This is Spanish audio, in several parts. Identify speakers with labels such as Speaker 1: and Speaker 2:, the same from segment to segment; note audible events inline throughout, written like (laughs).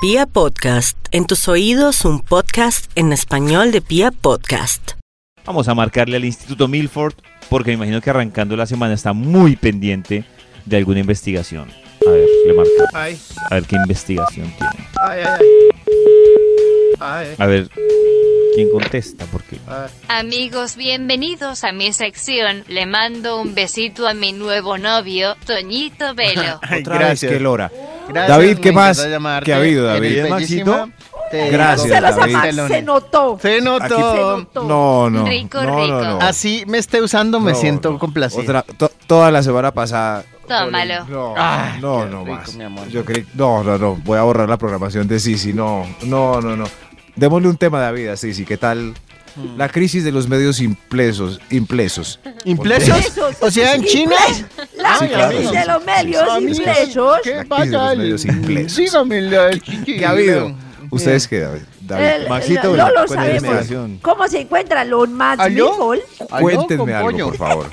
Speaker 1: Pia Podcast, en tus oídos un podcast en español de Pia Podcast.
Speaker 2: Vamos a marcarle al Instituto Milford porque me imagino que arrancando la semana está muy pendiente de alguna investigación. A ver, le marco.
Speaker 3: Ay,
Speaker 2: A ver qué investigación tiene.
Speaker 3: ay, ay. Ay,
Speaker 2: A ver quién contesta porque
Speaker 3: ay.
Speaker 4: Amigos, bienvenidos a mi sección. Le mando un besito a mi nuevo novio, Toñito Velo.
Speaker 3: Ay,
Speaker 5: Otra vez que Lora.
Speaker 3: Gracias,
Speaker 5: David,
Speaker 3: me
Speaker 5: ¿qué más?
Speaker 3: encantó llamarte.
Speaker 5: ¿Qué ha habido,
Speaker 3: Eres
Speaker 5: David?
Speaker 3: bellísima. Te
Speaker 5: Gracias,
Speaker 3: digo,
Speaker 6: Se las
Speaker 5: David.
Speaker 6: ama-
Speaker 3: pelones.
Speaker 6: se notó.
Speaker 3: Se
Speaker 5: Aquí-
Speaker 3: notó.
Speaker 5: No, no.
Speaker 4: Rico,
Speaker 5: no, no,
Speaker 4: rico.
Speaker 5: no.
Speaker 3: Así me esté usando, me
Speaker 5: No,
Speaker 3: siento
Speaker 5: no.
Speaker 3: complacido.
Speaker 5: Otra- to- toda la semana pasada.
Speaker 4: Tómalo.
Speaker 5: No,
Speaker 3: Ah,
Speaker 5: no,
Speaker 3: qué
Speaker 5: no
Speaker 3: rico,
Speaker 5: más.
Speaker 3: mi amor.
Speaker 5: Yo creí, no, no, no. Voy a borrar la programación de Sisi. No, no, no, no. Démosle un tema, David, a Sisi. ¿Qué tal?
Speaker 3: Hmm.
Speaker 5: La crisis de los medios implesos.
Speaker 3: (laughs)
Speaker 5: implesos.
Speaker 3: ¿Implesos?
Speaker 6: Implesos.
Speaker 3: O sea, en China.
Speaker 6: pues, La
Speaker 3: Sí,
Speaker 5: claro.
Speaker 6: crisis de los medios
Speaker 5: Amigos.
Speaker 6: inglesos.
Speaker 3: ¿Qué
Speaker 5: Aquí sí, los medios inglesos.
Speaker 3: Dígame la chichi.
Speaker 5: ¿Qué ha habido? ¿Ustedes qué, David? David,
Speaker 6: El-
Speaker 2: Maxito,
Speaker 6: el- no lo
Speaker 2: ¿cuál es la
Speaker 6: sabemos. Eh,
Speaker 2: investigación?
Speaker 6: ¿Cómo se encuentran los Max
Speaker 3: ¿Aló?
Speaker 6: Milford?
Speaker 3: Aló,
Speaker 5: cuéntenme
Speaker 3: con
Speaker 5: algo,
Speaker 3: pollo. (laughs)
Speaker 5: por favor.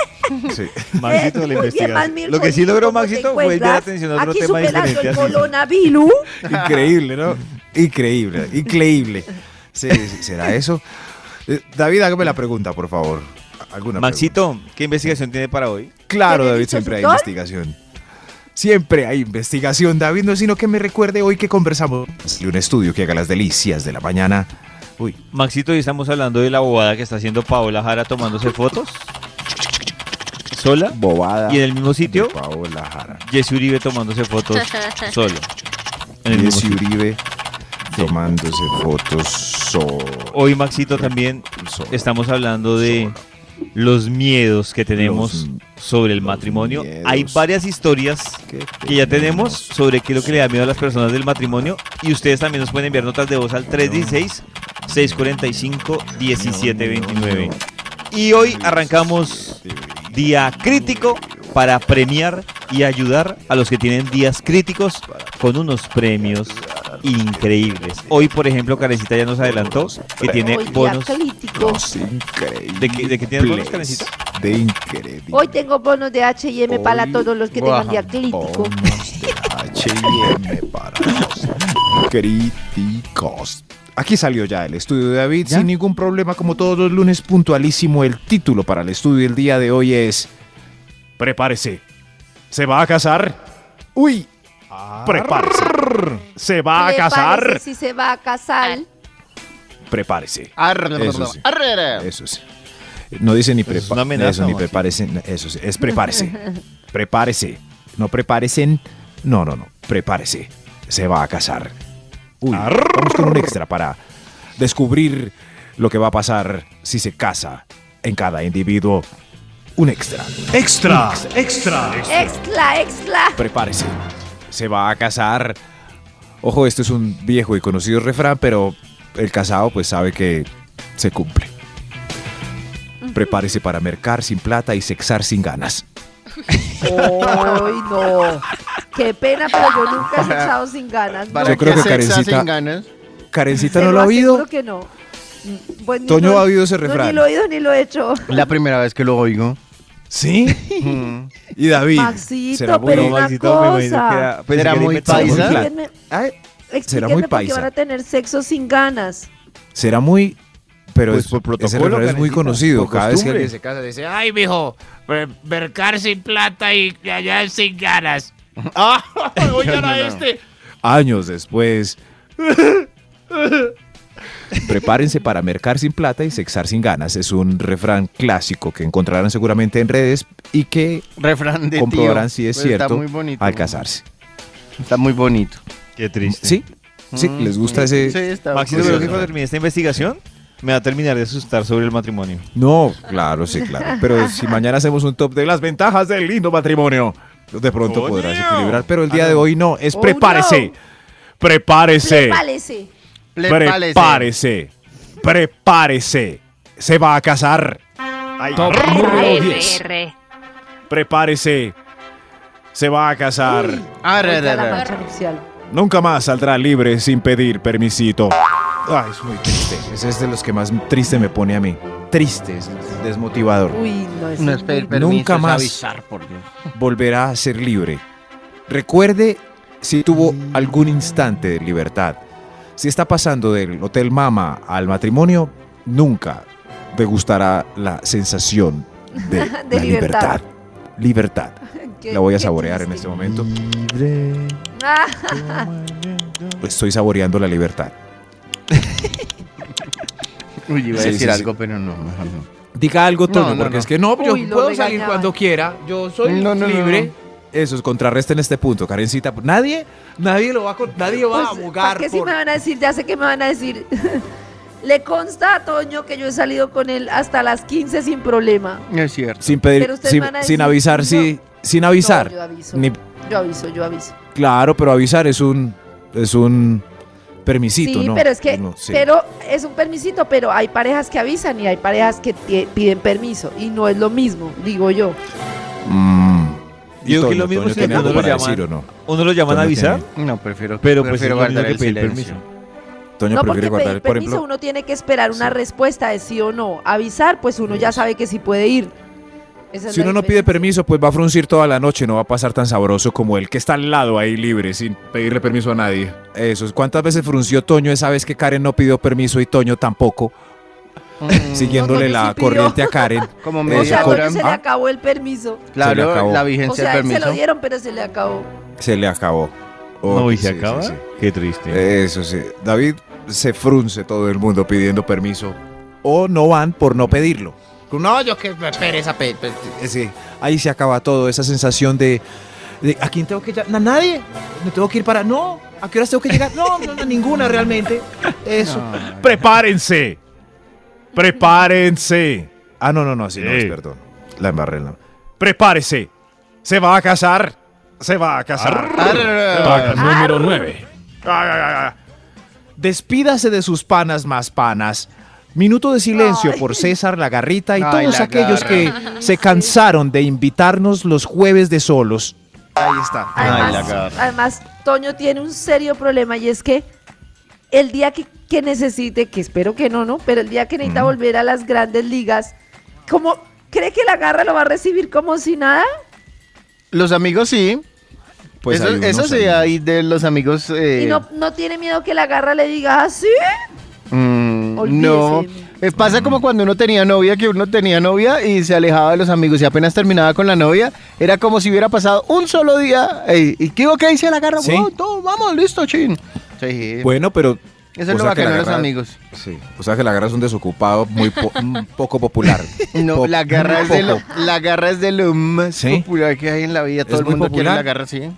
Speaker 5: Sí.
Speaker 2: Maxito de
Speaker 6: Eh,
Speaker 2: la
Speaker 6: muy bien, Max
Speaker 2: investigación.
Speaker 6: Milford,
Speaker 2: Lo que sí logró
Speaker 6: ¿cómo te
Speaker 2: Maxito fue desviar la
Speaker 6: encuentras?
Speaker 2: atención a otro
Speaker 6: Aquí
Speaker 2: tema
Speaker 6: superando
Speaker 2: diferente.
Speaker 6: el
Speaker 2: así.
Speaker 6: coronavirus.
Speaker 5: Increíble, ¿no? Increíble, increíble. Sí, sí, ¿Será eso? Eh, David, hágame la pregunta, por favor. ¿Alguna pregunta?
Speaker 2: Maxito, ¿qué investigación tiene para hoy?
Speaker 5: Claro,
Speaker 6: ¿Tiene
Speaker 5: David,
Speaker 6: dicho
Speaker 5: siempre hay
Speaker 6: tutor?
Speaker 5: investigación. Siempre hay investigación, David, no sino que me recuerde hoy que conversamos de un estudio que haga las delicias de la mañana. Uy,
Speaker 2: Maxito, hoy estamos hablando de la bobada que está haciendo Paola Jara tomándose fotos. Sola.
Speaker 5: bobada.
Speaker 2: Y en el mismo sitio,
Speaker 5: de Paola Jara.
Speaker 2: Jesse Uribe tomándose fotos solo. En el mismo
Speaker 5: Jesse
Speaker 2: sitio.
Speaker 5: Uribe tomándose fotos solo.
Speaker 2: Hoy, Maxito, también
Speaker 5: Solo.
Speaker 2: estamos hablando de los miedos que tenemos sobre el
Speaker 5: los
Speaker 2: matrimonio.
Speaker 5: miedos
Speaker 2: Hay varias historias
Speaker 5: ¿Qué
Speaker 2: que ya tenemos sobre qué es lo que le da miedo a las personas del matrimonio. Y ustedes también nos pueden enviar notas de voz al 316-645-1729. Y hoy arrancamos Día Crítico para premiar y ayudar a los que tienen días críticos con unos premios increíbles. Hoy, por ejemplo, Carecita ya nos adelantó que tiene
Speaker 6: Hoy día
Speaker 2: bonos.
Speaker 6: crítico.
Speaker 5: Los increíbles.
Speaker 2: ¿De qué- de qué tienes bonos, Karencita?
Speaker 5: De increíble.
Speaker 6: Hoy tengo bonos de H&M para todos los que tengan diaclítico.
Speaker 5: Bonos de H&M para los críticos. Aquí salió ya el estudio de David sin ningún problema, como todos los lunes, puntualísimo. El título para el estudio del día de hoy es Prepárese. ¿Se va a casar? Ah. Uy. Prepárese. ¿Se va a
Speaker 6: ¿Qué le
Speaker 5: casar?
Speaker 6: parece Si se va a casar.
Speaker 5: Prepárese.
Speaker 3: Arre,
Speaker 5: Eso sí.
Speaker 3: arre.
Speaker 5: Eso sí. No dice ni
Speaker 2: es una
Speaker 5: prepárese.
Speaker 2: amenaza,
Speaker 5: Eso ni
Speaker 2: Maxito.
Speaker 5: prepárese. Eso sí. Es prepárese. prepárese. No prepáresen. No, no, no. Prepárese. Se va a casar. Uy, vamos con un extra para descubrir lo que va a pasar si se casa en cada individuo. Un extra.
Speaker 7: Extra, extra.
Speaker 6: Exla, exla.
Speaker 5: Prepárese. Se va a casar. Ojo, esto es un viejo y conocido refrán, pero el casado pues sabe que se cumple. Prepárese para mercar sin plata y sexar sin ganas.
Speaker 6: Ay, no. Qué pena, pero yo
Speaker 2: (laughs)
Speaker 6: nunca he sexado sin ganas.
Speaker 3: Para
Speaker 5: Yo creo que
Speaker 3: sexa
Speaker 5: Karencita-
Speaker 3: sin ganas.
Speaker 5: Karencita
Speaker 6: ¿Usted
Speaker 5: no lo ha oído.
Speaker 6: que no. Pues ni
Speaker 5: Toño
Speaker 6: lo-
Speaker 5: ha oído ese
Speaker 6: no,
Speaker 5: refrán.
Speaker 6: ni lo he oído ni lo he hecho.
Speaker 3: La primera vez que lo oigo.
Speaker 5: Sí. (laughs) Y David.
Speaker 6: Maxito,
Speaker 5: será muy,
Speaker 6: pero
Speaker 2: No,
Speaker 6: una
Speaker 2: Maxito, me imagino
Speaker 6: cosa.
Speaker 2: que era- pensé
Speaker 3: Era
Speaker 2: que
Speaker 3: muy
Speaker 2: inventado.
Speaker 3: paisa.
Speaker 5: Claro.
Speaker 6: Explíquenme,
Speaker 5: Ay,
Speaker 6: explíquenme
Speaker 5: muy
Speaker 6: por qué
Speaker 5: paisa.
Speaker 6: van a tener sexo sin ganas.
Speaker 5: será muy. Pero
Speaker 2: Pues
Speaker 5: es,
Speaker 2: por protocolo,
Speaker 5: ese refrán es muy
Speaker 2: Karencita,
Speaker 5: conocido.
Speaker 2: por
Speaker 5: Cada vez que
Speaker 2: costumbre.
Speaker 5: alguien se casa, dice,
Speaker 8: Ay, mijo, mer- mercar sin plata y allá sin ganas.
Speaker 3: Ah,
Speaker 8: Oigan a este.
Speaker 5: años después. (laughs) Prepárense para mercar sin plata y sexar sin ganas. Es un refrán clásico que encontrarán seguramente en redes y que
Speaker 3: refrán de tío.
Speaker 5: comprobarán si es
Speaker 3: Pero
Speaker 5: cierto
Speaker 3: Está muy bonito.
Speaker 5: al casarse.
Speaker 3: Está muy bonito.
Speaker 2: Qué triste.
Speaker 5: ¿Sí? Mm, ¿Sí?
Speaker 3: Mm,
Speaker 5: ¿Les gusta ese?
Speaker 3: Sí, está
Speaker 2: Maxito,
Speaker 5: pues, Sí,
Speaker 2: pero que
Speaker 5: sí, sí.
Speaker 2: cuando termine esta investigación me va a terminar de asustar sobre el matrimonio.
Speaker 5: No, claro, sí, claro. Pero si mañana hacemos un top de las ventajas del lindo matrimonio, de pronto
Speaker 2: Coño.
Speaker 5: podrás equilibrar. Pero el
Speaker 3: Ah,
Speaker 5: día de
Speaker 3: no.
Speaker 5: hoy no, es
Speaker 6: Oh,
Speaker 5: prepárese.
Speaker 6: no.
Speaker 5: Prepárese.
Speaker 6: Prepárese.
Speaker 3: Prepárese.
Speaker 5: Prepárese. Prepárese. Se va a casar. Top número 10.
Speaker 4: RR.
Speaker 5: Prepárese. Se va a casar.
Speaker 3: Arre,
Speaker 6: Oiga
Speaker 3: arre,
Speaker 6: la
Speaker 3: arre.
Speaker 6: marcha nupcial.
Speaker 5: Nunca más saldrá libre sin pedir permisito. Ay, es muy triste. Ese es de los que más triste me pone a mí. Triste, es desmotivador.
Speaker 6: Uy, no es.
Speaker 3: No es pedir
Speaker 6: muy-
Speaker 3: permiso,
Speaker 5: Nunca
Speaker 3: es
Speaker 5: más.
Speaker 3: avisar, por Dios.
Speaker 5: volverá a ser libre. Recuerde si tuvo algún instante de libertad. Si está pasando del Hotel Mama al matrimonio, nunca degustará la sensación de,
Speaker 6: (laughs) De
Speaker 5: la
Speaker 6: libertad.
Speaker 5: libertad. Libertad.
Speaker 6: Qué-
Speaker 5: La voy a
Speaker 6: qué
Speaker 5: saborear en este
Speaker 6: triste.
Speaker 5: momento.
Speaker 2: (laughs)
Speaker 6: Ah,
Speaker 5: Estoy saboreando la libertad.
Speaker 3: Uy, iba a
Speaker 5: Sí,
Speaker 3: decir
Speaker 5: sí, sí.
Speaker 3: algo, pero no, mejor no.
Speaker 5: Diga algo,
Speaker 3: No,
Speaker 5: Toño,
Speaker 3: no,
Speaker 5: porque
Speaker 3: no.
Speaker 5: es que no, yo
Speaker 6: Uy, lo
Speaker 5: puedo salir
Speaker 6: regañaban.
Speaker 5: cuando quiera. Yo soy
Speaker 3: No, no, no,
Speaker 5: libre. Eso es contrarresta en este punto, Karencita. Nadie, nadie lo va a, con- nadie va
Speaker 6: pues,
Speaker 5: a
Speaker 6: ¿Para
Speaker 5: abogar
Speaker 6: qué si
Speaker 5: por-
Speaker 6: me van a decir? Ya sé que me van a decir. (laughs) Le consta a Toño que yo he salido con él hasta las 15 sin problema.
Speaker 3: Es cierto.
Speaker 5: sin pedir,
Speaker 6: Pero ustedes
Speaker 5: sin,
Speaker 6: van a
Speaker 5: sin
Speaker 6: decir,
Speaker 5: avisar,
Speaker 6: no.
Speaker 5: sí, sin avisar.
Speaker 6: No, yo aviso.
Speaker 5: Ni-
Speaker 6: Yo aviso, yo aviso.
Speaker 5: claro, pero avisar es un, es un permisito,
Speaker 6: sí,
Speaker 5: ¿no?
Speaker 6: pero es que,
Speaker 5: No, sí.
Speaker 6: pero es un permisito, pero hay parejas que avisan y hay parejas que ti- piden permiso y no es lo mismo, digo yo.
Speaker 5: Mm.
Speaker 2: Yo digo que lo mismo si
Speaker 5: tiene
Speaker 2: no
Speaker 5: algo
Speaker 2: lo
Speaker 5: para
Speaker 2: llaman.
Speaker 5: decir o no.
Speaker 2: Uno lo llaman a
Speaker 5: Toño
Speaker 2: avisar,
Speaker 3: No, prefiero,
Speaker 2: pero pues
Speaker 3: prefiero
Speaker 2: es lo mismo
Speaker 3: guardar
Speaker 2: que
Speaker 3: el
Speaker 2: pedir
Speaker 3: silencio.
Speaker 2: permiso.
Speaker 5: Toño
Speaker 6: No,
Speaker 5: prefiere
Speaker 6: porque
Speaker 5: guardar,
Speaker 6: pedir
Speaker 5: por
Speaker 6: permiso
Speaker 5: ejemplo,
Speaker 6: uno tiene que esperar una
Speaker 5: Sí.
Speaker 6: respuesta de sí o no. Avisar, pues uno ya sabe que sí puede ir. Esa es
Speaker 5: si
Speaker 6: la
Speaker 5: uno no pide
Speaker 6: diferencia.
Speaker 5: permiso, pues va a fruncir toda la noche, no va a pasar tan sabroso como el que está al lado ahí libre, sin pedirle permiso a nadie. Eso, es. ¿cuántas veces frunció Toño esa vez que Karen no pidió permiso y Toño tampoco,
Speaker 3: Mm,
Speaker 5: siguiéndole
Speaker 6: Toño
Speaker 5: la
Speaker 6: sí pidió.
Speaker 5: corriente a
Speaker 6: (laughs)
Speaker 5: Karen?
Speaker 3: Como
Speaker 5: permiso.
Speaker 6: O
Speaker 3: media
Speaker 6: sea, a
Speaker 5: Eso,
Speaker 3: hora.
Speaker 6: Toño se le
Speaker 5: ah.
Speaker 6: acabó el permiso.
Speaker 5: se le
Speaker 3: Claro,
Speaker 5: acabó.
Speaker 3: la
Speaker 6: O
Speaker 3: vigencia
Speaker 6: sea, a
Speaker 3: del
Speaker 6: él se lo
Speaker 3: permiso.
Speaker 6: dieron, pero se le acabó.
Speaker 5: Se le acabó.
Speaker 2: No, y se
Speaker 5: Oh, Sí,
Speaker 2: acaba.
Speaker 5: sí, sí.
Speaker 2: Qué triste.
Speaker 5: Eso sí, David se frunce todo el mundo pidiendo permiso o no van por no pedirlo.
Speaker 8: No, yo que me pereza. pe- pe-
Speaker 5: Eh, Sí, ahí se acaba todo, esa sensación de, de, ¿a quién tengo que llamar? ¿A nadie? ¿Me tengo que ir para? No, ¿a qué horas tengo que llegar? No, no, no, ninguna realmente. Eso.
Speaker 3: No.
Speaker 5: (laughs) Prepárense. Prepárense. Ah, no, no, no, así no es,
Speaker 7: Sí.
Speaker 5: perdón. La embarré. la- Prepárese. Se va a casar. Se va a casar.
Speaker 3: Ah,
Speaker 7: Paga número 9.
Speaker 5: Ay, ay, ay, ay. Despídase de sus panas más panas. Minuto de silencio por César Lagarrita y
Speaker 3: Ay,
Speaker 5: todos
Speaker 3: la
Speaker 5: aquellos que se cansaron de invitarnos los jueves de solos. Ahí está.
Speaker 3: Ay, la
Speaker 6: Además,
Speaker 3: garra.
Speaker 6: además, Toño tiene un serio problema y es que el día que, que necesite, que espero que no, ¿no? Pero el día que necesita volver a las grandes ligas, como cree que la garra lo va a recibir como si nada?
Speaker 3: Los amigos sí. eso
Speaker 5: Pues hay unos
Speaker 3: eso sí,
Speaker 5: amigos.
Speaker 3: hay de los amigos. eh,
Speaker 6: Y no, no tiene miedo que la garra le diga "Ah, así.
Speaker 3: Mm,
Speaker 6: Olvídese
Speaker 3: no.
Speaker 6: de mí.
Speaker 3: Eh, pasa como cuando uno tenía novia, que uno tenía novia y se alejaba de los amigos y apenas terminaba con la novia, era como si hubiera pasado un solo día. ey, ¿Y qué iba que dice la garra?
Speaker 5: Sí.
Speaker 3: "Wow, todo, vamos, listo, chin. Sí.
Speaker 5: Bueno, pero.
Speaker 3: Eso es lo
Speaker 5: o sea que
Speaker 3: bacano
Speaker 5: la
Speaker 3: de los
Speaker 5: garra-
Speaker 3: amigos.
Speaker 5: Sí. O sea que la garra es un desocupado
Speaker 3: (laughs)
Speaker 5: muy po- un poco popular.
Speaker 3: No,
Speaker 5: Po-
Speaker 3: la, garra
Speaker 5: muy
Speaker 3: es de lo,
Speaker 5: poco.
Speaker 3: la garra es de lo más
Speaker 5: Sí.
Speaker 3: popular que hay en la vida. Todo el
Speaker 5: muy
Speaker 3: mundo quiere
Speaker 5: popular.
Speaker 3: la garra, sí.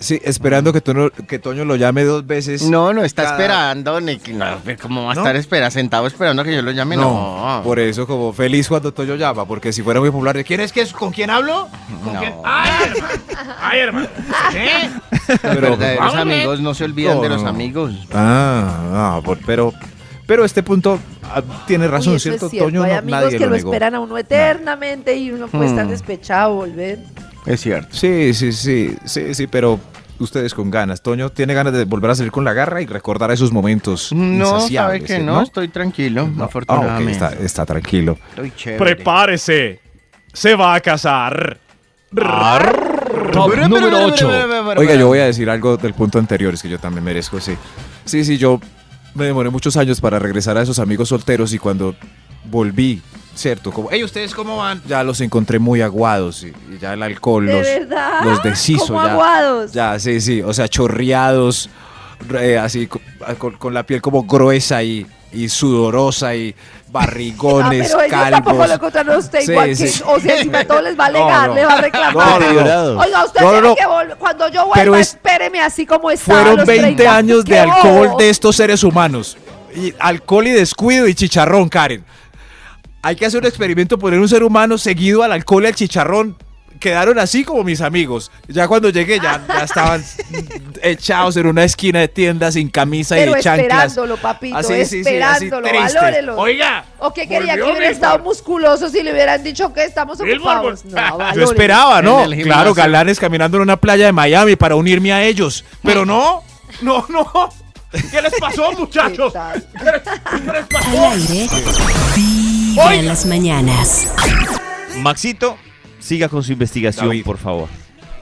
Speaker 5: Sí, esperando que Toño, que Toño lo llame dos veces.
Speaker 3: No, no está
Speaker 5: cada-
Speaker 3: esperando, ni que- no, ¿cómo va a
Speaker 5: ¿No?
Speaker 3: estar espera, sentado esperando que yo lo llame? No.
Speaker 5: No, por eso como feliz cuando Toño llama, porque si fuera muy popular, ¿quién es que es? ¿Con quién hablo?
Speaker 3: No.
Speaker 8: ¡Ay, hermano! ¡Ay, hermano! ¿Qué?
Speaker 3: Los
Speaker 5: Pero-
Speaker 3: verdaderos
Speaker 8: Vámonos.
Speaker 3: amigos no se olvidan
Speaker 5: No,
Speaker 3: de
Speaker 5: no,
Speaker 3: los
Speaker 5: no.
Speaker 3: amigos.
Speaker 5: Ah, ah, por- pero, pero este punto ah, tiene razón,
Speaker 6: Uy, eso
Speaker 5: ¿cierto?
Speaker 6: es cierto.
Speaker 5: Toño
Speaker 6: Hay
Speaker 5: no-
Speaker 6: amigos
Speaker 5: nadie
Speaker 6: que
Speaker 5: lo
Speaker 6: lo
Speaker 5: negó.
Speaker 6: esperan a uno eternamente y uno puede estar
Speaker 3: Hmm.
Speaker 6: despechado, volver.
Speaker 3: Es cierto.
Speaker 5: Sí, sí, sí, sí, sí, pero ustedes con ganas. Toño tiene ganas de volver a salir con la garra y recordar esos momentos
Speaker 3: No,
Speaker 5: insaciables.
Speaker 3: sabes que
Speaker 5: ¿eh?
Speaker 3: no, estoy tranquilo,
Speaker 5: No. Ah, ok,
Speaker 3: afortunadamente.
Speaker 5: está, está tranquilo.
Speaker 3: Estoy chévere.
Speaker 7: Prepárese. Se va a casar.
Speaker 3: Pero,
Speaker 5: número
Speaker 3: pero,
Speaker 5: 8.
Speaker 3: pero, pero, pero,
Speaker 5: Oiga,
Speaker 3: pero.
Speaker 5: yo voy a decir algo del punto anterior, es que yo también merezco, sí. Sí, sí, yo me demoré muchos años para regresar a esos amigos solteros y cuando volví, ¿cierto? Como, hey, ¿ustedes cómo van? Ya los encontré muy aguados y, y ya el alcohol
Speaker 6: De
Speaker 5: los,
Speaker 6: verdad.
Speaker 5: los deshizo.
Speaker 6: (laughs) Como
Speaker 5: ya,
Speaker 6: aguados.
Speaker 5: Ya, sí, sí, o sea, chorreados, re- así, co- a- con, con la piel como gruesa y, y sudorosa y
Speaker 6: (laughs) Ah,
Speaker 5: barrigones,
Speaker 6: pero ellos tampoco
Speaker 5: calvos.
Speaker 6: lo encontraron a usted
Speaker 5: Sí,
Speaker 6: igual que,
Speaker 5: sí.
Speaker 6: o sea, encima todo les va a
Speaker 5: (laughs)
Speaker 6: alegar,
Speaker 5: no.
Speaker 6: les va a reclamar.
Speaker 5: No, no,
Speaker 2: no.
Speaker 6: Oiga, usted
Speaker 5: No, no,
Speaker 6: tiene
Speaker 5: no.
Speaker 6: que volver, cuando yo vuelva,
Speaker 5: Pero es-
Speaker 6: espéreme así como estaba a
Speaker 5: Fueron
Speaker 6: los
Speaker 5: 20
Speaker 6: 30.
Speaker 5: años de
Speaker 6: ¡Qué
Speaker 5: alcohol
Speaker 6: bobo!
Speaker 5: de estos seres humanos. Y alcohol y descuido y chicharrón, Karen. Hay que hacer un experimento, poner un ser humano seguido al alcohol y al chicharrón. Quedaron así como mis amigos. Ya cuando llegué ya, ya
Speaker 6: (laughs)
Speaker 5: estaban echados en una esquina de tienda sin camisa
Speaker 6: Pero
Speaker 5: y de chanclas.
Speaker 6: esperándolo, papito,
Speaker 5: Así, sí, sí, así
Speaker 6: esperándolo,
Speaker 5: tristes.
Speaker 6: valórelo.
Speaker 8: Oiga.
Speaker 6: ¿O qué quería? Que
Speaker 8: volvió
Speaker 6: hubiera
Speaker 8: Billboard.
Speaker 6: estado musculosos y le hubieran dicho que estamos
Speaker 8: Billboard,
Speaker 6: ocupados.
Speaker 8: vol-
Speaker 6: No,
Speaker 5: Yo
Speaker 6: valórelo.
Speaker 5: Ah, esperaba, ¿no?
Speaker 3: En el gimnasio.
Speaker 5: Claro, galanes caminando en una playa de Miami para unirme a ellos. Pero no, no, no.
Speaker 8: ¿Qué les
Speaker 5: (laughs)
Speaker 8: pasó,
Speaker 6: ¿Qué
Speaker 8: muchachos?
Speaker 6: tal?
Speaker 1: Al aire, vibra en las mañanas.
Speaker 2: Maxito, siga con su investigación,
Speaker 5: David.
Speaker 2: por favor.